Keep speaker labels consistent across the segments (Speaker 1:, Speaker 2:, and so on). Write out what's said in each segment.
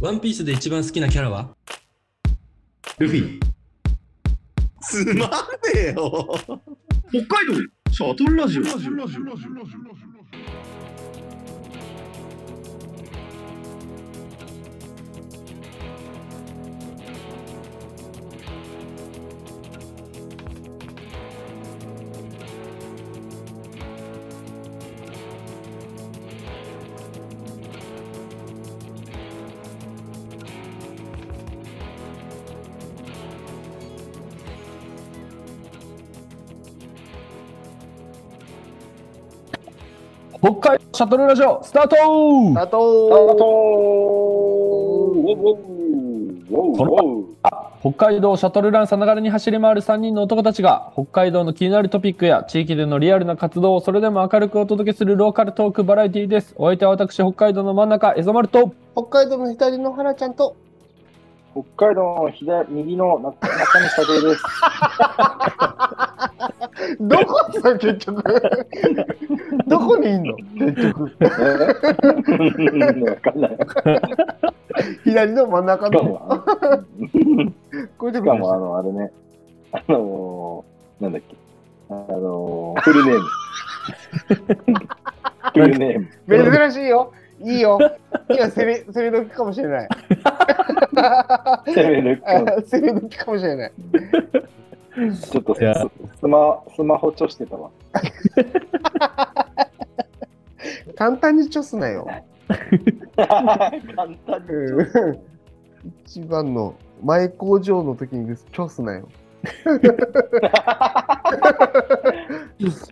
Speaker 1: ワンピースで一番好きなキャラは
Speaker 2: ルフィ。
Speaker 3: つまんねえよ。
Speaker 2: 北海道シャトルラジオ。
Speaker 4: 北海道シャトルラジオスタート
Speaker 5: あ
Speaker 6: スタート
Speaker 5: と
Speaker 4: 北海道シャトルランさながらに走り回る3人の男たちが北海道の気になるトピックや地域でのリアルな活動をそれでも明るくお届けするローカルトークバラエティですお相手は私北海道の真ん中エゾマルと
Speaker 5: ー北海道の左の原ちゃんと
Speaker 6: 北海道の左右の中中西武です。
Speaker 5: どこさ結 局どこにいんの
Speaker 6: わかんない。
Speaker 5: 左の真ん中
Speaker 6: しか
Speaker 5: の
Speaker 6: も、あ の
Speaker 5: これで
Speaker 6: しか
Speaker 5: も
Speaker 6: もあの、あれね、あのー、なんだっけ、あのー、フルネ ーム。フルネーム。
Speaker 5: 珍しいよいいよ今攻め攻め時かもしれない
Speaker 6: 攻める
Speaker 5: 攻め時かもしれない
Speaker 6: ちょっと
Speaker 4: いや
Speaker 6: ススマスマホちょしてたわ。
Speaker 5: 簡単にチョスなよ
Speaker 6: 簡単に
Speaker 5: うん一番の前工場の時にチョスなよ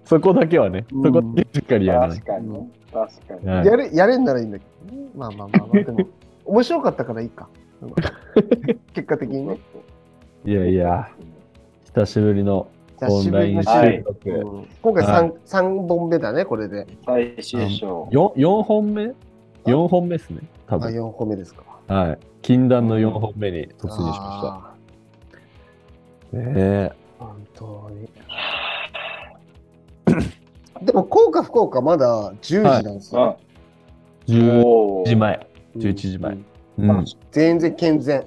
Speaker 4: そこだけはね
Speaker 5: そこだ
Speaker 4: けしっかり
Speaker 6: 確かに。確かに。
Speaker 5: やれやれんならいいんだけどねまあまあまあまあでも面白かったからいい か結果的にね
Speaker 4: いやいや久しぶりの
Speaker 5: 久しぶりの
Speaker 6: オンライン
Speaker 5: 収
Speaker 4: 録
Speaker 5: 録うん今回
Speaker 4: は
Speaker 5: 3, 三本目だね、これで。
Speaker 6: 最終章。
Speaker 4: 4, 本目4本目ですね多
Speaker 5: あ、4本目ですか。
Speaker 4: はい禁断の4本目に突
Speaker 5: あ
Speaker 4: たねえ
Speaker 5: ー本当に。 でも、こうか不幸か、まだ10時なんですよ。
Speaker 6: あ
Speaker 4: 10
Speaker 6: おー
Speaker 4: 時前
Speaker 5: うん
Speaker 4: 11時前。う
Speaker 6: うん
Speaker 5: 全然健全。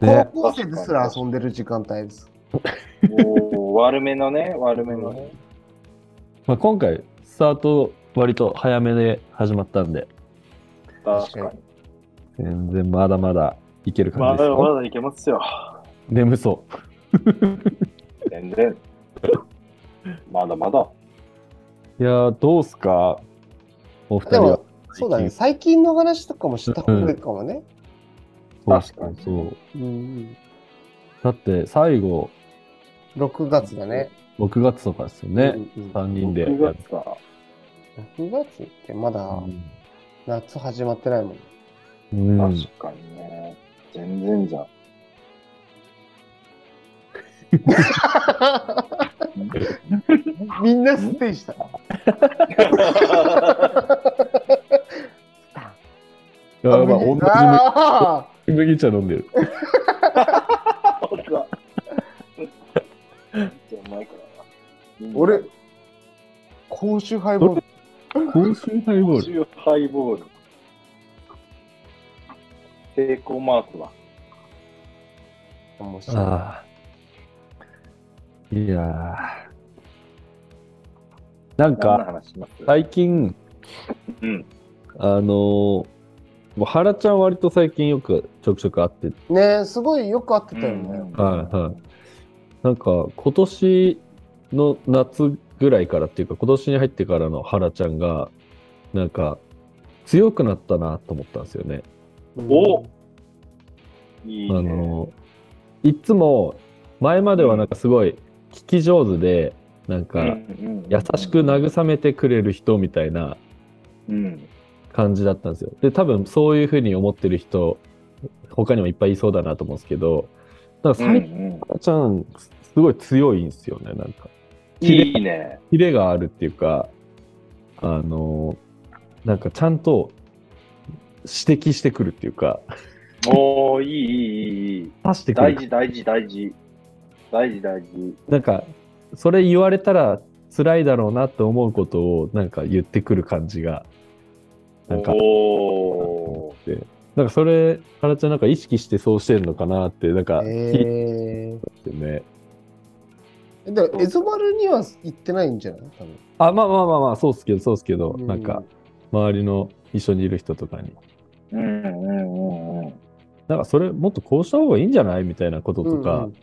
Speaker 5: 高
Speaker 4: ね
Speaker 5: 校生ですら遊んでる時間帯です。
Speaker 6: おー悪めのね、悪めのね。
Speaker 4: まあ、今回スタート割と早めで始まったんで
Speaker 6: 確かに。
Speaker 4: 全然まだまだいける
Speaker 6: ま
Speaker 4: 感じです
Speaker 6: だ
Speaker 4: よ、
Speaker 6: まだいけますよ。
Speaker 4: 眠そ
Speaker 6: 全然。 まだまだ。
Speaker 4: ういやーどうすかお二
Speaker 5: で
Speaker 4: 人は
Speaker 5: も、そうだね。最近の話とかもした方がいいかもね。
Speaker 4: そう
Speaker 6: 確かに
Speaker 4: そう
Speaker 5: うん。
Speaker 4: だって最後
Speaker 5: 6月だね。
Speaker 4: 6月とかですよね、
Speaker 5: うんうん
Speaker 4: 3人でや
Speaker 6: 6
Speaker 4: る
Speaker 6: 月か。
Speaker 5: 6月ってまだ
Speaker 4: うん
Speaker 5: 夏始まってないもん。
Speaker 4: うん
Speaker 6: 確かにね。全然じゃん。
Speaker 5: みんなステイした。
Speaker 4: やばい同じ
Speaker 5: あー
Speaker 4: 麦茶飲んでる
Speaker 6: 僕は。じゃあ、前からな。
Speaker 5: 俺、公衆ハイボール。
Speaker 4: 今週ハイボール
Speaker 6: 中ハイボール。成功マークは。
Speaker 5: 面白い
Speaker 4: ああいやーなん
Speaker 6: 何の
Speaker 4: か
Speaker 6: 話します
Speaker 4: 最近
Speaker 6: うん。
Speaker 4: あのー、もう原ちゃん割と最近よくちょくちょく会ってて
Speaker 5: ねえすごいよく合ってたよね。
Speaker 4: はいはいなんか今年の夏ぐらいからっていうか今年に入ってからの原ちゃんがなんか強くなったなと思ったんですよね。
Speaker 6: おいい
Speaker 4: あ
Speaker 6: ね。
Speaker 4: のいつも前まではなんかすごい聞き上手でなん
Speaker 6: うん
Speaker 4: か
Speaker 6: うん
Speaker 4: 優しく慰めてくれる人みたいな
Speaker 6: うん。
Speaker 4: 感じだったんですよ。で多分そういうふうに思ってる人他にもいっぱいいそうだなと思うんですけどなんか
Speaker 6: う
Speaker 4: 最近
Speaker 6: ん
Speaker 4: 原ちゃんすごい強いんですよねなんか。
Speaker 6: うんいいね。
Speaker 4: キレがあるっていうか、あの、なんかちゃんと指摘してくるっていうか、
Speaker 6: おー、いい、いい、いい、いい。
Speaker 4: 指してく
Speaker 6: 大
Speaker 4: る。
Speaker 6: 事、大事、大事。大事、大事。
Speaker 4: なんか、それ言われたら辛いだろうなって思うことをなんか言ってくる感じが、なんか、
Speaker 6: おー。
Speaker 4: でなんかそれ、原ちゃんなんか意識してそうしてんのかなって、なんか聞い
Speaker 5: え
Speaker 4: てね。
Speaker 5: ー、だから、エゾバルには行ってないんじゃない多分
Speaker 4: あ、まあまあまあまあ、そうっすけど、そうっすけど、
Speaker 5: うん
Speaker 4: なんか、周りの一緒にいる人とかに。
Speaker 6: うんうんうんうん。
Speaker 4: なんかそれもっとこうした方がいいんじゃないみたいなこととか、
Speaker 5: うんうん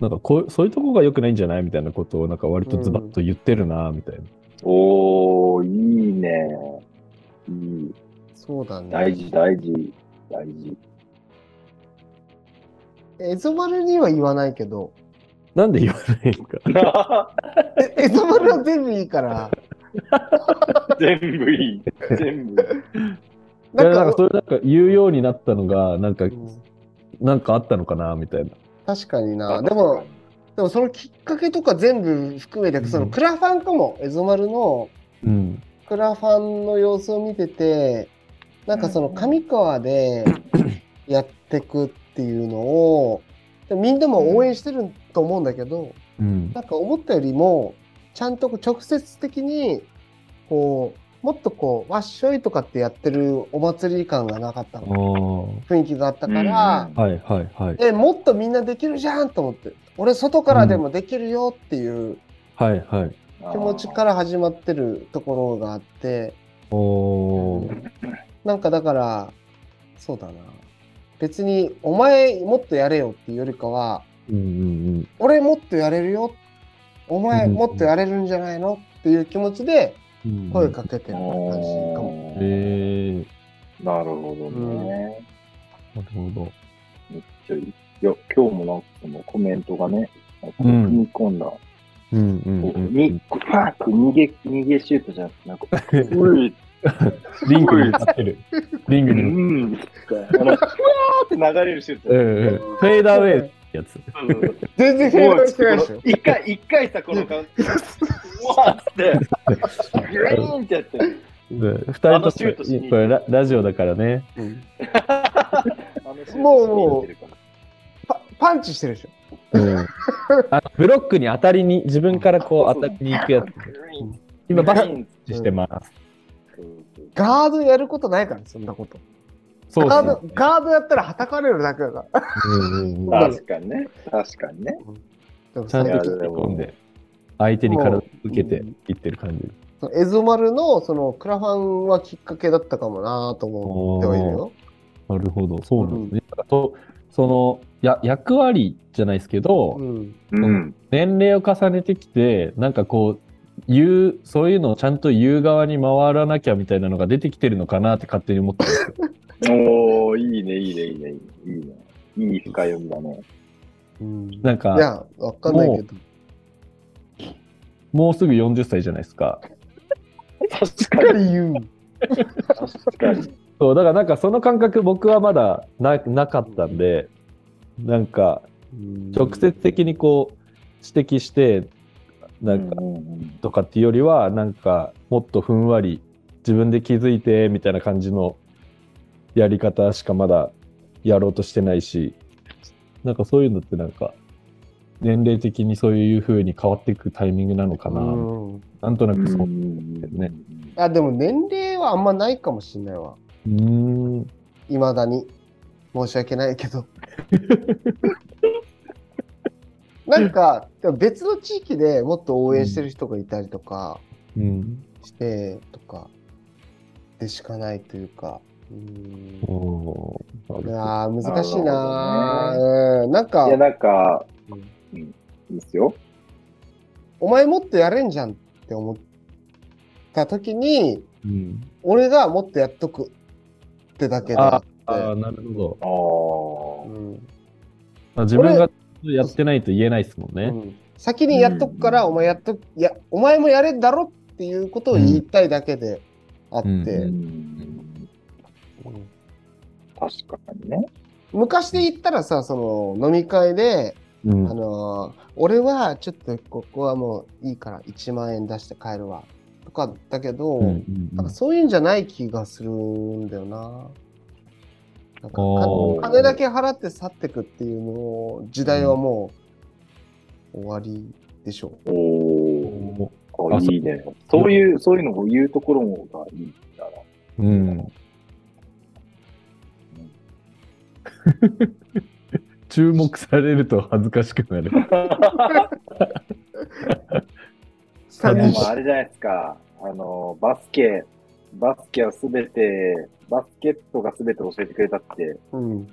Speaker 4: なんかこうそういうとこが良くないんじゃないみたいなことをなんか割とズバッと言ってるなみたいな、
Speaker 6: おー、いいね。いい。
Speaker 5: そうだね。
Speaker 6: 大事、大事、大事。
Speaker 5: エゾバルには言わないけど、
Speaker 4: なんで言わないのか
Speaker 5: えエゾバルは全部いい から、
Speaker 6: 全部いい。全部。
Speaker 4: だから
Speaker 5: な
Speaker 4: なんか
Speaker 5: んか、
Speaker 4: それなんか言うようになったのがなんか、
Speaker 5: うん
Speaker 4: なんかあったのかなみたいな
Speaker 5: 確かにな。でも、、でもそのきっかけとか全部含めて、そのクラファンかも、エゾマルの
Speaker 4: うん
Speaker 5: クラファンの様子を見てて、なんかその上川でやってくっていうのを、でもみんなも応援してると思うんだけど、
Speaker 4: うん
Speaker 5: なんか思ったよりも、ちゃんとこう直接的に、こう、もっとこう、わっしょいとかってやってるお祭り感がなかった
Speaker 4: あ
Speaker 5: の。
Speaker 4: ー
Speaker 5: 雰囲気があったから、
Speaker 4: はいはいはい
Speaker 5: え、もっとみんなできるじゃんと思って、俺外からでもできるよっていう
Speaker 4: はいはい
Speaker 5: 気持ちから始まってるところがあって、
Speaker 4: おー
Speaker 5: なんかだから、そうだな。別に、お前もっとやれよっていうよりかは、
Speaker 4: うんうん
Speaker 5: 俺もっとやれるよ。お前
Speaker 4: うん
Speaker 5: もっとやれるんじゃないのっていう気持ちで
Speaker 4: うんうん
Speaker 5: 声かけてる感じかも。
Speaker 6: も
Speaker 4: えー、
Speaker 6: なるほどね。
Speaker 4: なるほど
Speaker 6: ちょいいや、今日もなんかそのコメントがね、
Speaker 4: うん
Speaker 6: 組み込んだ。こ
Speaker 4: うんう
Speaker 6: うん
Speaker 4: うん
Speaker 6: に、ファーク、逃げ、逃げシュートじゃなくて、なんか、うい、
Speaker 4: リングに立ってるリン
Speaker 6: う
Speaker 4: グに
Speaker 6: ん、あの、ふわーって流れるシュート。
Speaker 4: うんうんフェーダーウェイってやつ
Speaker 6: そうそうそう
Speaker 5: 全然フェードしてないでしょ。
Speaker 6: 一回、一回さ、この顔、うわーって、グリーンってやって、
Speaker 4: うん二人
Speaker 6: あの
Speaker 4: と
Speaker 6: シュートしに
Speaker 4: これララジオだからね
Speaker 6: あのシュート
Speaker 5: もうもう
Speaker 6: 見えてるから
Speaker 5: パパンチしてるでしょ。
Speaker 4: うんあのブロックに当たりに自分からこう当たりに行くやつ
Speaker 6: グリーン
Speaker 4: 今バカ
Speaker 6: グリーンって
Speaker 4: してます、
Speaker 6: そうそう
Speaker 5: ガードやることないから、そんなこと。
Speaker 4: そう
Speaker 5: ガ
Speaker 4: で
Speaker 5: ード、ガードやったら叩かれるだけだから。
Speaker 4: すねうんうん
Speaker 6: 確かにね、確かにね。
Speaker 5: でも
Speaker 4: ちゃんと
Speaker 5: 最
Speaker 4: 切
Speaker 5: 近
Speaker 4: り込んで相手に体を受けていってる感じ
Speaker 5: そのエゾマルのそのクラファンはきっかけだったかもなと思ってはいるよ。
Speaker 4: なるほどそうなんですね、なんかとそのや役割じゃないですけど、
Speaker 5: うん、
Speaker 6: うん。
Speaker 4: 年齢を重ねてきてなんかこう言うそういうのをちゃんと言う側に回らなきゃみたいなのが出てきてるのかなって勝手に思ったん ですよ
Speaker 6: おー、いいね、いいね、いいね、いいね。いい深読みだね。
Speaker 5: うん
Speaker 4: なん
Speaker 5: い
Speaker 4: か
Speaker 5: や、わかんないけど。
Speaker 4: もうすぐ40歳じゃないですか
Speaker 6: 確
Speaker 5: しっかり言う。
Speaker 6: 確かに。
Speaker 4: そうだからなんかその感覚僕はまだななかったんでなんか直接的にこう指摘してなんか
Speaker 6: うんうんうん
Speaker 4: とかっていうよりはなんかもっとふんわり自分で気づいてみたいな感じのやり方しかまだやろうとしてないしなんかそういうのってなんか年齢的にそういう風に変わっていくタイミングなのかな、
Speaker 5: うん
Speaker 4: なんとなくそううんですね。
Speaker 5: あでも年齢はあんまないかもしれないわ。
Speaker 4: うーん
Speaker 5: いまだに。申し訳ないけど。なんか、でも別の地域でもっと応援してる人がいたりとか
Speaker 4: うん
Speaker 5: して、とか、でしかないというか。うん
Speaker 4: おー
Speaker 5: い
Speaker 4: なる
Speaker 5: やー難しいな
Speaker 6: なる
Speaker 5: ーうんなん
Speaker 6: い
Speaker 5: か
Speaker 6: や、なんか、うん、いいですよ。
Speaker 5: お前もっとやれんじゃんって思った時に
Speaker 4: うん
Speaker 5: 俺がもっとやっとくってだけであって
Speaker 4: あーなるほど
Speaker 6: ああ
Speaker 5: う。ん
Speaker 4: まあ自分がやってないと言えないですもん
Speaker 5: う
Speaker 4: ね。
Speaker 5: ん先にやっとくから、
Speaker 6: うん
Speaker 5: お前やっとくいやお前もやれんだろっていうことを言いたいだけであって、
Speaker 4: うん
Speaker 6: う
Speaker 5: う
Speaker 6: ん
Speaker 5: ん
Speaker 6: 確かにね。
Speaker 5: 昔で言ったらさその飲み会で、
Speaker 4: うん
Speaker 5: あのー俺はちょっとここはもういいから1万円出して帰るわとかだけど、
Speaker 4: うんうん
Speaker 5: なんかそういうんじゃない気がするんだよな。なんかか
Speaker 4: お
Speaker 6: ー
Speaker 5: 金だけ払って去ってくっていうのを時代はもう終わりでしょ
Speaker 6: おお
Speaker 4: お
Speaker 6: ー。あいいね。そういう、そういうのを言うところもがいいから。
Speaker 4: うん注目されると恥ずかしくなる。
Speaker 6: で
Speaker 5: 寂しい
Speaker 6: もあれじゃないですか、あの、バスケ、バスケはすべて、バスケットがすべて教えてくれたって、
Speaker 5: うん。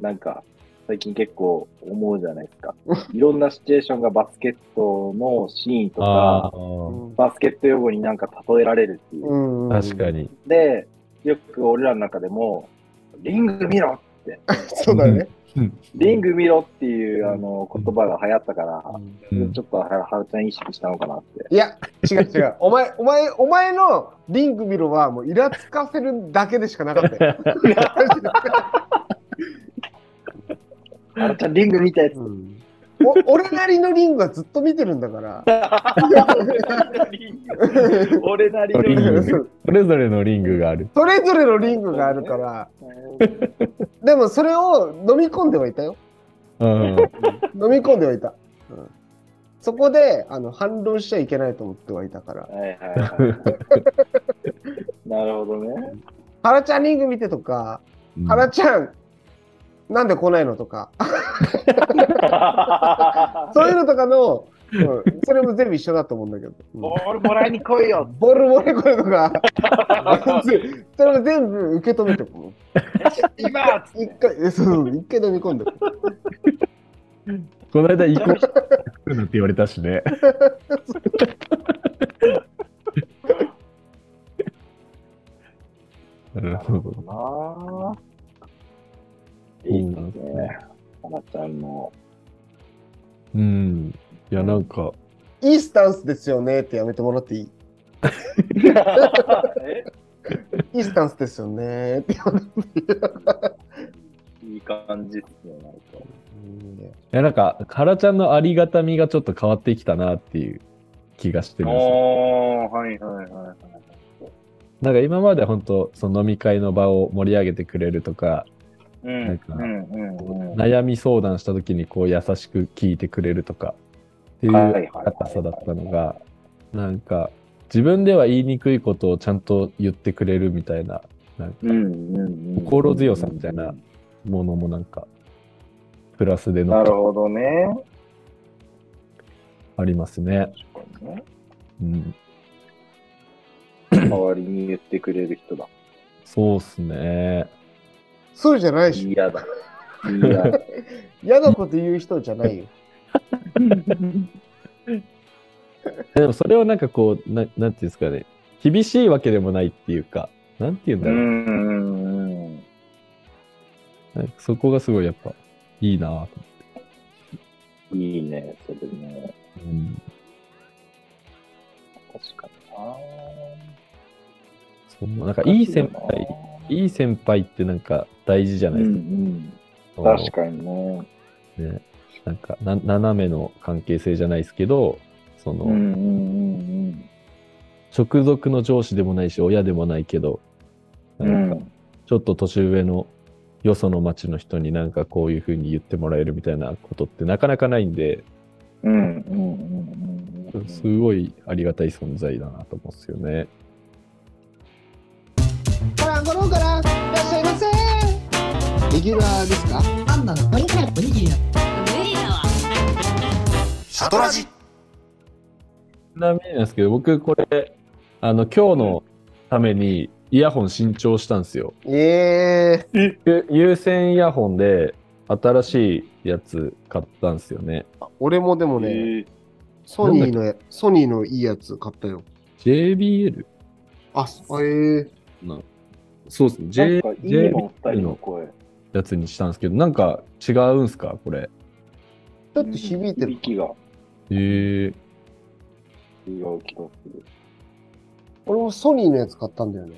Speaker 6: なんか、最近結構思うじゃないですか。いろんなシチュエーションがバスケットのシーンと
Speaker 4: あ
Speaker 6: か、
Speaker 4: あ、
Speaker 6: バスケット用語になんか例えられるっていう。
Speaker 5: うん。
Speaker 4: 確か。に。
Speaker 6: で、よく俺らの中でも、リング見ろ
Speaker 5: そうだね。
Speaker 6: リング見ろっていうあの言葉が流行ったから、
Speaker 4: うん
Speaker 6: ちょっとははるちゃん意識したのかなって。
Speaker 5: いや、違う違う。 お前、お前、お前のリング見ろは、もうイラつかせるだけでしかなかったよ。
Speaker 6: はるちゃんリング見たやつ。
Speaker 5: お俺なりのリングはずっと見てるんだから。
Speaker 6: 俺なりの
Speaker 4: リング
Speaker 5: そう
Speaker 4: それぞれのリングがある。
Speaker 5: それぞれのリングがあるから。でもそれを飲み込んではいたよ。
Speaker 4: うん。
Speaker 5: 飲み込んではいた。うんそこであの反論しちゃいけないと思ってはいたから。
Speaker 6: はいはいはい。なるほどね。
Speaker 5: ハラちゃんリング見てとか、ハラちゃん、なんで来ないのとか、そういうのとかの、うんそれも全部一緒だと思うんだけど。うん
Speaker 6: ボールもらいに来いよ。
Speaker 5: ボルボレコレとか、それも全部受け止めてこう。
Speaker 6: 今っつっ
Speaker 5: 一
Speaker 6: て
Speaker 5: 回、えそう、一回飲み込んでこう。
Speaker 4: この間行こう。行くなって言われたしね。なるほど。
Speaker 6: なあ。いいですね。はなちゃんの。
Speaker 4: うん。いや、なんか、
Speaker 5: いいスタンスですよねってやめてもらっていい
Speaker 6: え
Speaker 5: いいスタンスですよねってやめて
Speaker 6: いい感じっすね。なんか
Speaker 4: いや、なんか、カラちゃんのありがたみがちょっと変わってきたなっていう気がしてるんですよ
Speaker 6: おー、はいはいはいはい。
Speaker 4: なんか今まで本当その飲み会の場を盛り上げてくれるとか、
Speaker 6: うん
Speaker 4: なんか
Speaker 6: うんうんうん。
Speaker 4: 悩み相談した時にこう優しく聞いてくれるとかっていう
Speaker 6: はいはいはい
Speaker 4: 高さだったのが、なんか自分では言いにくいことをちゃんと言ってくれるみたいな
Speaker 6: うんうんうん
Speaker 4: 心強さみたいなものもなんかプラスで
Speaker 6: な
Speaker 4: の
Speaker 6: るほどね。
Speaker 4: ありますね。
Speaker 6: 確かにね
Speaker 4: うん、
Speaker 6: 代わりに言ってくれる人だ。
Speaker 4: そうっすね。
Speaker 5: そうじゃないでしょ。
Speaker 6: 嫌だ。嫌だ。
Speaker 5: 嫌なこと言う人じゃないよ。
Speaker 4: でもそれをなんかこうな、なんていうんですかね、厳しいわけでもないっていうか、なんていうんだ
Speaker 6: う
Speaker 4: ろう。
Speaker 6: んうんうん。
Speaker 4: なんかそこがすごいやっぱいいなぁと。
Speaker 6: いいね、それね。
Speaker 4: うん
Speaker 6: 確かに
Speaker 4: そうなんか
Speaker 6: な。
Speaker 4: いい先輩、いい先輩ってなんか大事じゃ
Speaker 6: う
Speaker 4: なんいうです
Speaker 6: ん。
Speaker 4: か。
Speaker 6: 確かにね。
Speaker 4: ね、なんかな斜めの関係性じゃないですけど、その、
Speaker 6: うんうんうん
Speaker 4: 直属の上司でもないし、親でもないけど、
Speaker 6: う
Speaker 4: なん
Speaker 6: ん。
Speaker 4: か
Speaker 6: うん
Speaker 4: ちょっと年上のよその町の人になんかこういうふうに言ってもらえるみたいなことってなかなかないんで、
Speaker 6: うんうんうんうん。
Speaker 4: すごいありがたい存在だなと思うんですよね。
Speaker 5: ほら、ごろうから、いらっしゃいませ。レギュラーですか
Speaker 7: パンダのお肉なるおにぎりだ
Speaker 8: 無理だわ
Speaker 3: シャトラジ
Speaker 4: ちなみになんですけど、僕これ、あの、今日のためにイヤホン新調したんですよ。
Speaker 5: ええ
Speaker 4: ゆ有線イヤホンで新しいやつ買ったんですよね。
Speaker 5: 俺もでもね、
Speaker 6: えー
Speaker 5: ソニーのや、ソニーのいいやつ買ったよ。
Speaker 4: JBL?
Speaker 5: あ、ええ
Speaker 4: そうですね。
Speaker 6: なん
Speaker 4: J
Speaker 6: かいいの、お二
Speaker 4: JBL
Speaker 6: 人の
Speaker 4: の
Speaker 6: 声。
Speaker 4: やつにしたんですけど、なんか違うんすかこれ。
Speaker 5: ちょっと響いてる。
Speaker 6: 響きが
Speaker 4: えー、
Speaker 6: 違う気がする。
Speaker 5: 俺もソニーのやつ買ったんだよね。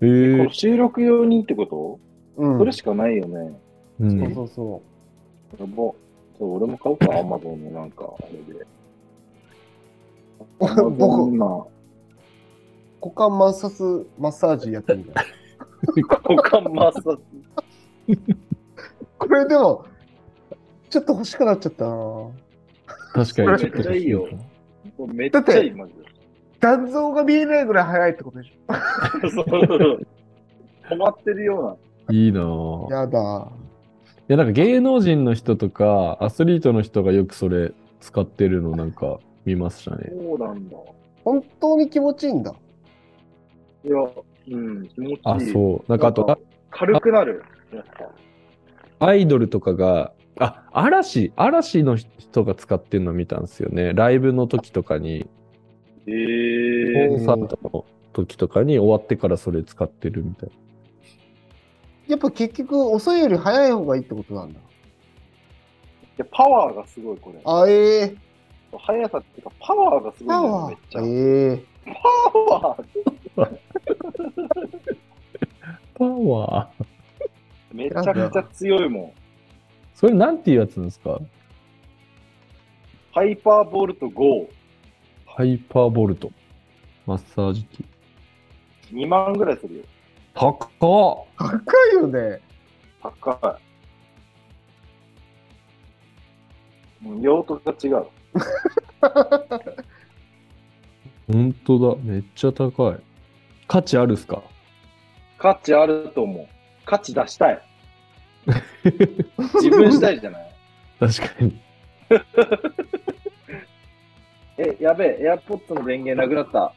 Speaker 4: え
Speaker 6: こ
Speaker 4: ー
Speaker 6: の、収録用にってこと
Speaker 5: うん。
Speaker 6: それしかないよね。
Speaker 4: う、
Speaker 5: そうんそうそ
Speaker 6: 俺も、そう俺も買うか、アマゾンのなんか、あれで。
Speaker 5: う。 僕、
Speaker 6: 今、
Speaker 5: 股間摩擦マッサージやってるんだよ。
Speaker 6: 股間摩擦。
Speaker 5: これでも、ちょっと欲しくなっちゃったな
Speaker 4: 確かに。
Speaker 6: めっちゃいいよめっち
Speaker 5: だ
Speaker 6: ゃ
Speaker 5: って
Speaker 6: いい、マジで。
Speaker 5: 残像が見えないぐらい早いってことでしょ。
Speaker 6: そう止まってるよう
Speaker 4: いいなぁ。い
Speaker 5: やだ。
Speaker 4: や、なんか芸能人の人とか、アスリートの人がよくそれ使ってるのなんか見ましたね。
Speaker 6: そうなんだ。
Speaker 5: 本当に気持ちいいんだ。
Speaker 6: いや、うん、気持ちいい。
Speaker 4: あ、そう。なんかあと、
Speaker 6: 軽くなる。なんか
Speaker 4: アイドルとかが、あ、嵐、嵐の人が使ってるの見たんですよね。ライブの時とかに、
Speaker 6: え
Speaker 4: コ
Speaker 6: ー、
Speaker 4: ンサートの時とかに終わってからそれ使ってるみたいな。
Speaker 5: やっぱ結局、遅いより早い方がいいってことなんだ。
Speaker 6: でパワーがすごい、これ。
Speaker 5: あ、ええ
Speaker 6: 速さっていうか、パワーがすごい
Speaker 5: パ
Speaker 6: んだよ
Speaker 5: ワ
Speaker 6: め
Speaker 5: ー
Speaker 6: っちゃ。。
Speaker 5: ええ
Speaker 6: パワー
Speaker 4: パワー。
Speaker 6: めちゃくちゃ強いもん。
Speaker 4: それなんていうやつなんですか
Speaker 6: ハイパーボルト5、
Speaker 4: ハイパーボルト。マッサージ機。
Speaker 6: 2万ぐらいするよ。
Speaker 4: 高っ
Speaker 5: 高いよね。
Speaker 6: 高い。うん用途が違う。
Speaker 4: ほんとだ。めっちゃ高い。価値あるっすか
Speaker 6: 価値あると思う。価値出したい。自分したいじゃない。
Speaker 4: 確かに。
Speaker 6: え、やべえ、AirPods の電源なくなった。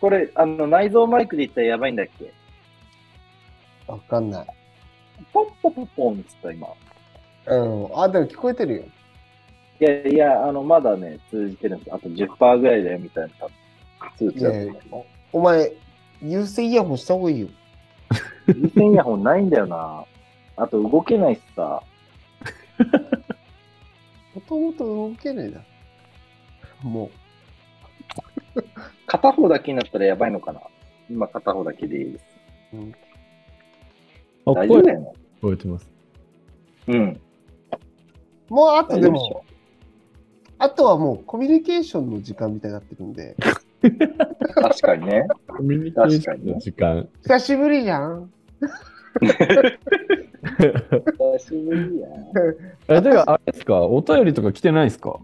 Speaker 6: これ、あの、内蔵マイクで言ったらやばいんだっけ
Speaker 5: わかんない。
Speaker 6: ポンポンポンポンっつった、今。
Speaker 5: うん。あ、でも聞こえてるよ。
Speaker 6: いやいや、あの、まだね、通じてるんですあと10%ぐらいだよ、みたいな。通知
Speaker 5: い
Speaker 6: だっ
Speaker 5: やおお前、有線イヤホンした方がいいよ。
Speaker 6: た。有線イヤホンないんだよな。あと、動けないしさ。
Speaker 5: もともと動けねえな。も
Speaker 6: 片方だけになったらやばいのかな今片方だけでいいです。
Speaker 4: あ、声
Speaker 6: 大丈夫だ
Speaker 4: 聞
Speaker 6: よね。
Speaker 4: こえてます。
Speaker 6: うん。
Speaker 5: う、もうあと
Speaker 6: 大
Speaker 5: で
Speaker 6: 丈夫でし
Speaker 5: も、
Speaker 6: ょ。
Speaker 5: あとはもうコミュニケーションの時間みたいになってるんで。
Speaker 6: 確かにね。
Speaker 4: コミュニケ
Speaker 6: ー
Speaker 4: ー
Speaker 6: シ
Speaker 4: シ
Speaker 6: ョ
Speaker 4: ョ
Speaker 6: ン
Speaker 4: ン
Speaker 6: の
Speaker 4: の時間。
Speaker 5: 久しぶりじゃん。
Speaker 6: 久しぶりや。
Speaker 4: え、ではあれですかお便りとか来てないですか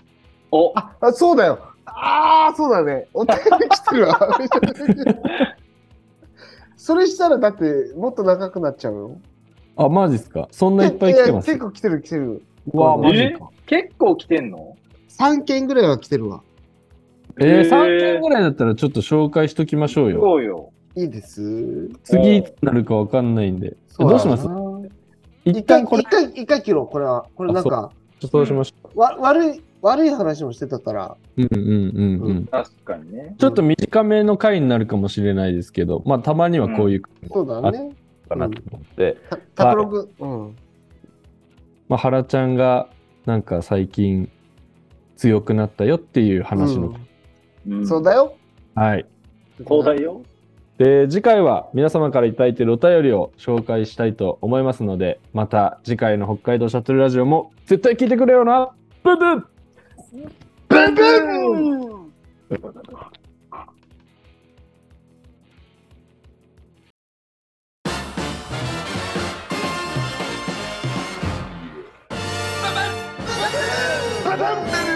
Speaker 6: お、
Speaker 5: あ、あそうだよ。ああ、そうだね。お便り来てる わ。それしたらだってもっと長くなっちゃうよ。
Speaker 4: あ、マジっすかそんないっぱい来てます
Speaker 5: や結構来てる来てる。
Speaker 4: うわ、マジ
Speaker 6: え
Speaker 4: か。
Speaker 6: 結構来てんの
Speaker 5: 3件ぐらいは来てるわ。
Speaker 4: えー、3
Speaker 6: えー
Speaker 4: 件ぐらいだったらちょっと紹介しときましょうよ。
Speaker 6: そうよ。
Speaker 5: いいです。
Speaker 4: 次いつになるかわかんないんで。
Speaker 5: そうだな
Speaker 4: どうします
Speaker 5: 一
Speaker 4: 一
Speaker 5: 回、
Speaker 4: 旦これ
Speaker 5: 一、回、一回切ろう、これは。これなんか、
Speaker 4: そうしましょ
Speaker 5: わ悪い、悪い話もしてたから、
Speaker 4: う。うんうんうんうん。
Speaker 5: うん
Speaker 6: 確かにね。
Speaker 4: ちょっと短めの回になるかもしれないですけど、まあたまにはこういう回
Speaker 5: そ
Speaker 4: も
Speaker 5: うだね。
Speaker 4: かなと思って、
Speaker 5: た卓六、うん。
Speaker 4: まあ原ちゃんがなんか最近強くなったよっていう話の、
Speaker 5: うんそうだよ。
Speaker 4: はい。
Speaker 6: そうだよ。
Speaker 4: で、次回は皆様からいただいているお便りを紹介したいと思いますので、また次回の北海道シャトルラジオも絶対聞いてくれよなブンブン
Speaker 5: ブンブン
Speaker 3: ババン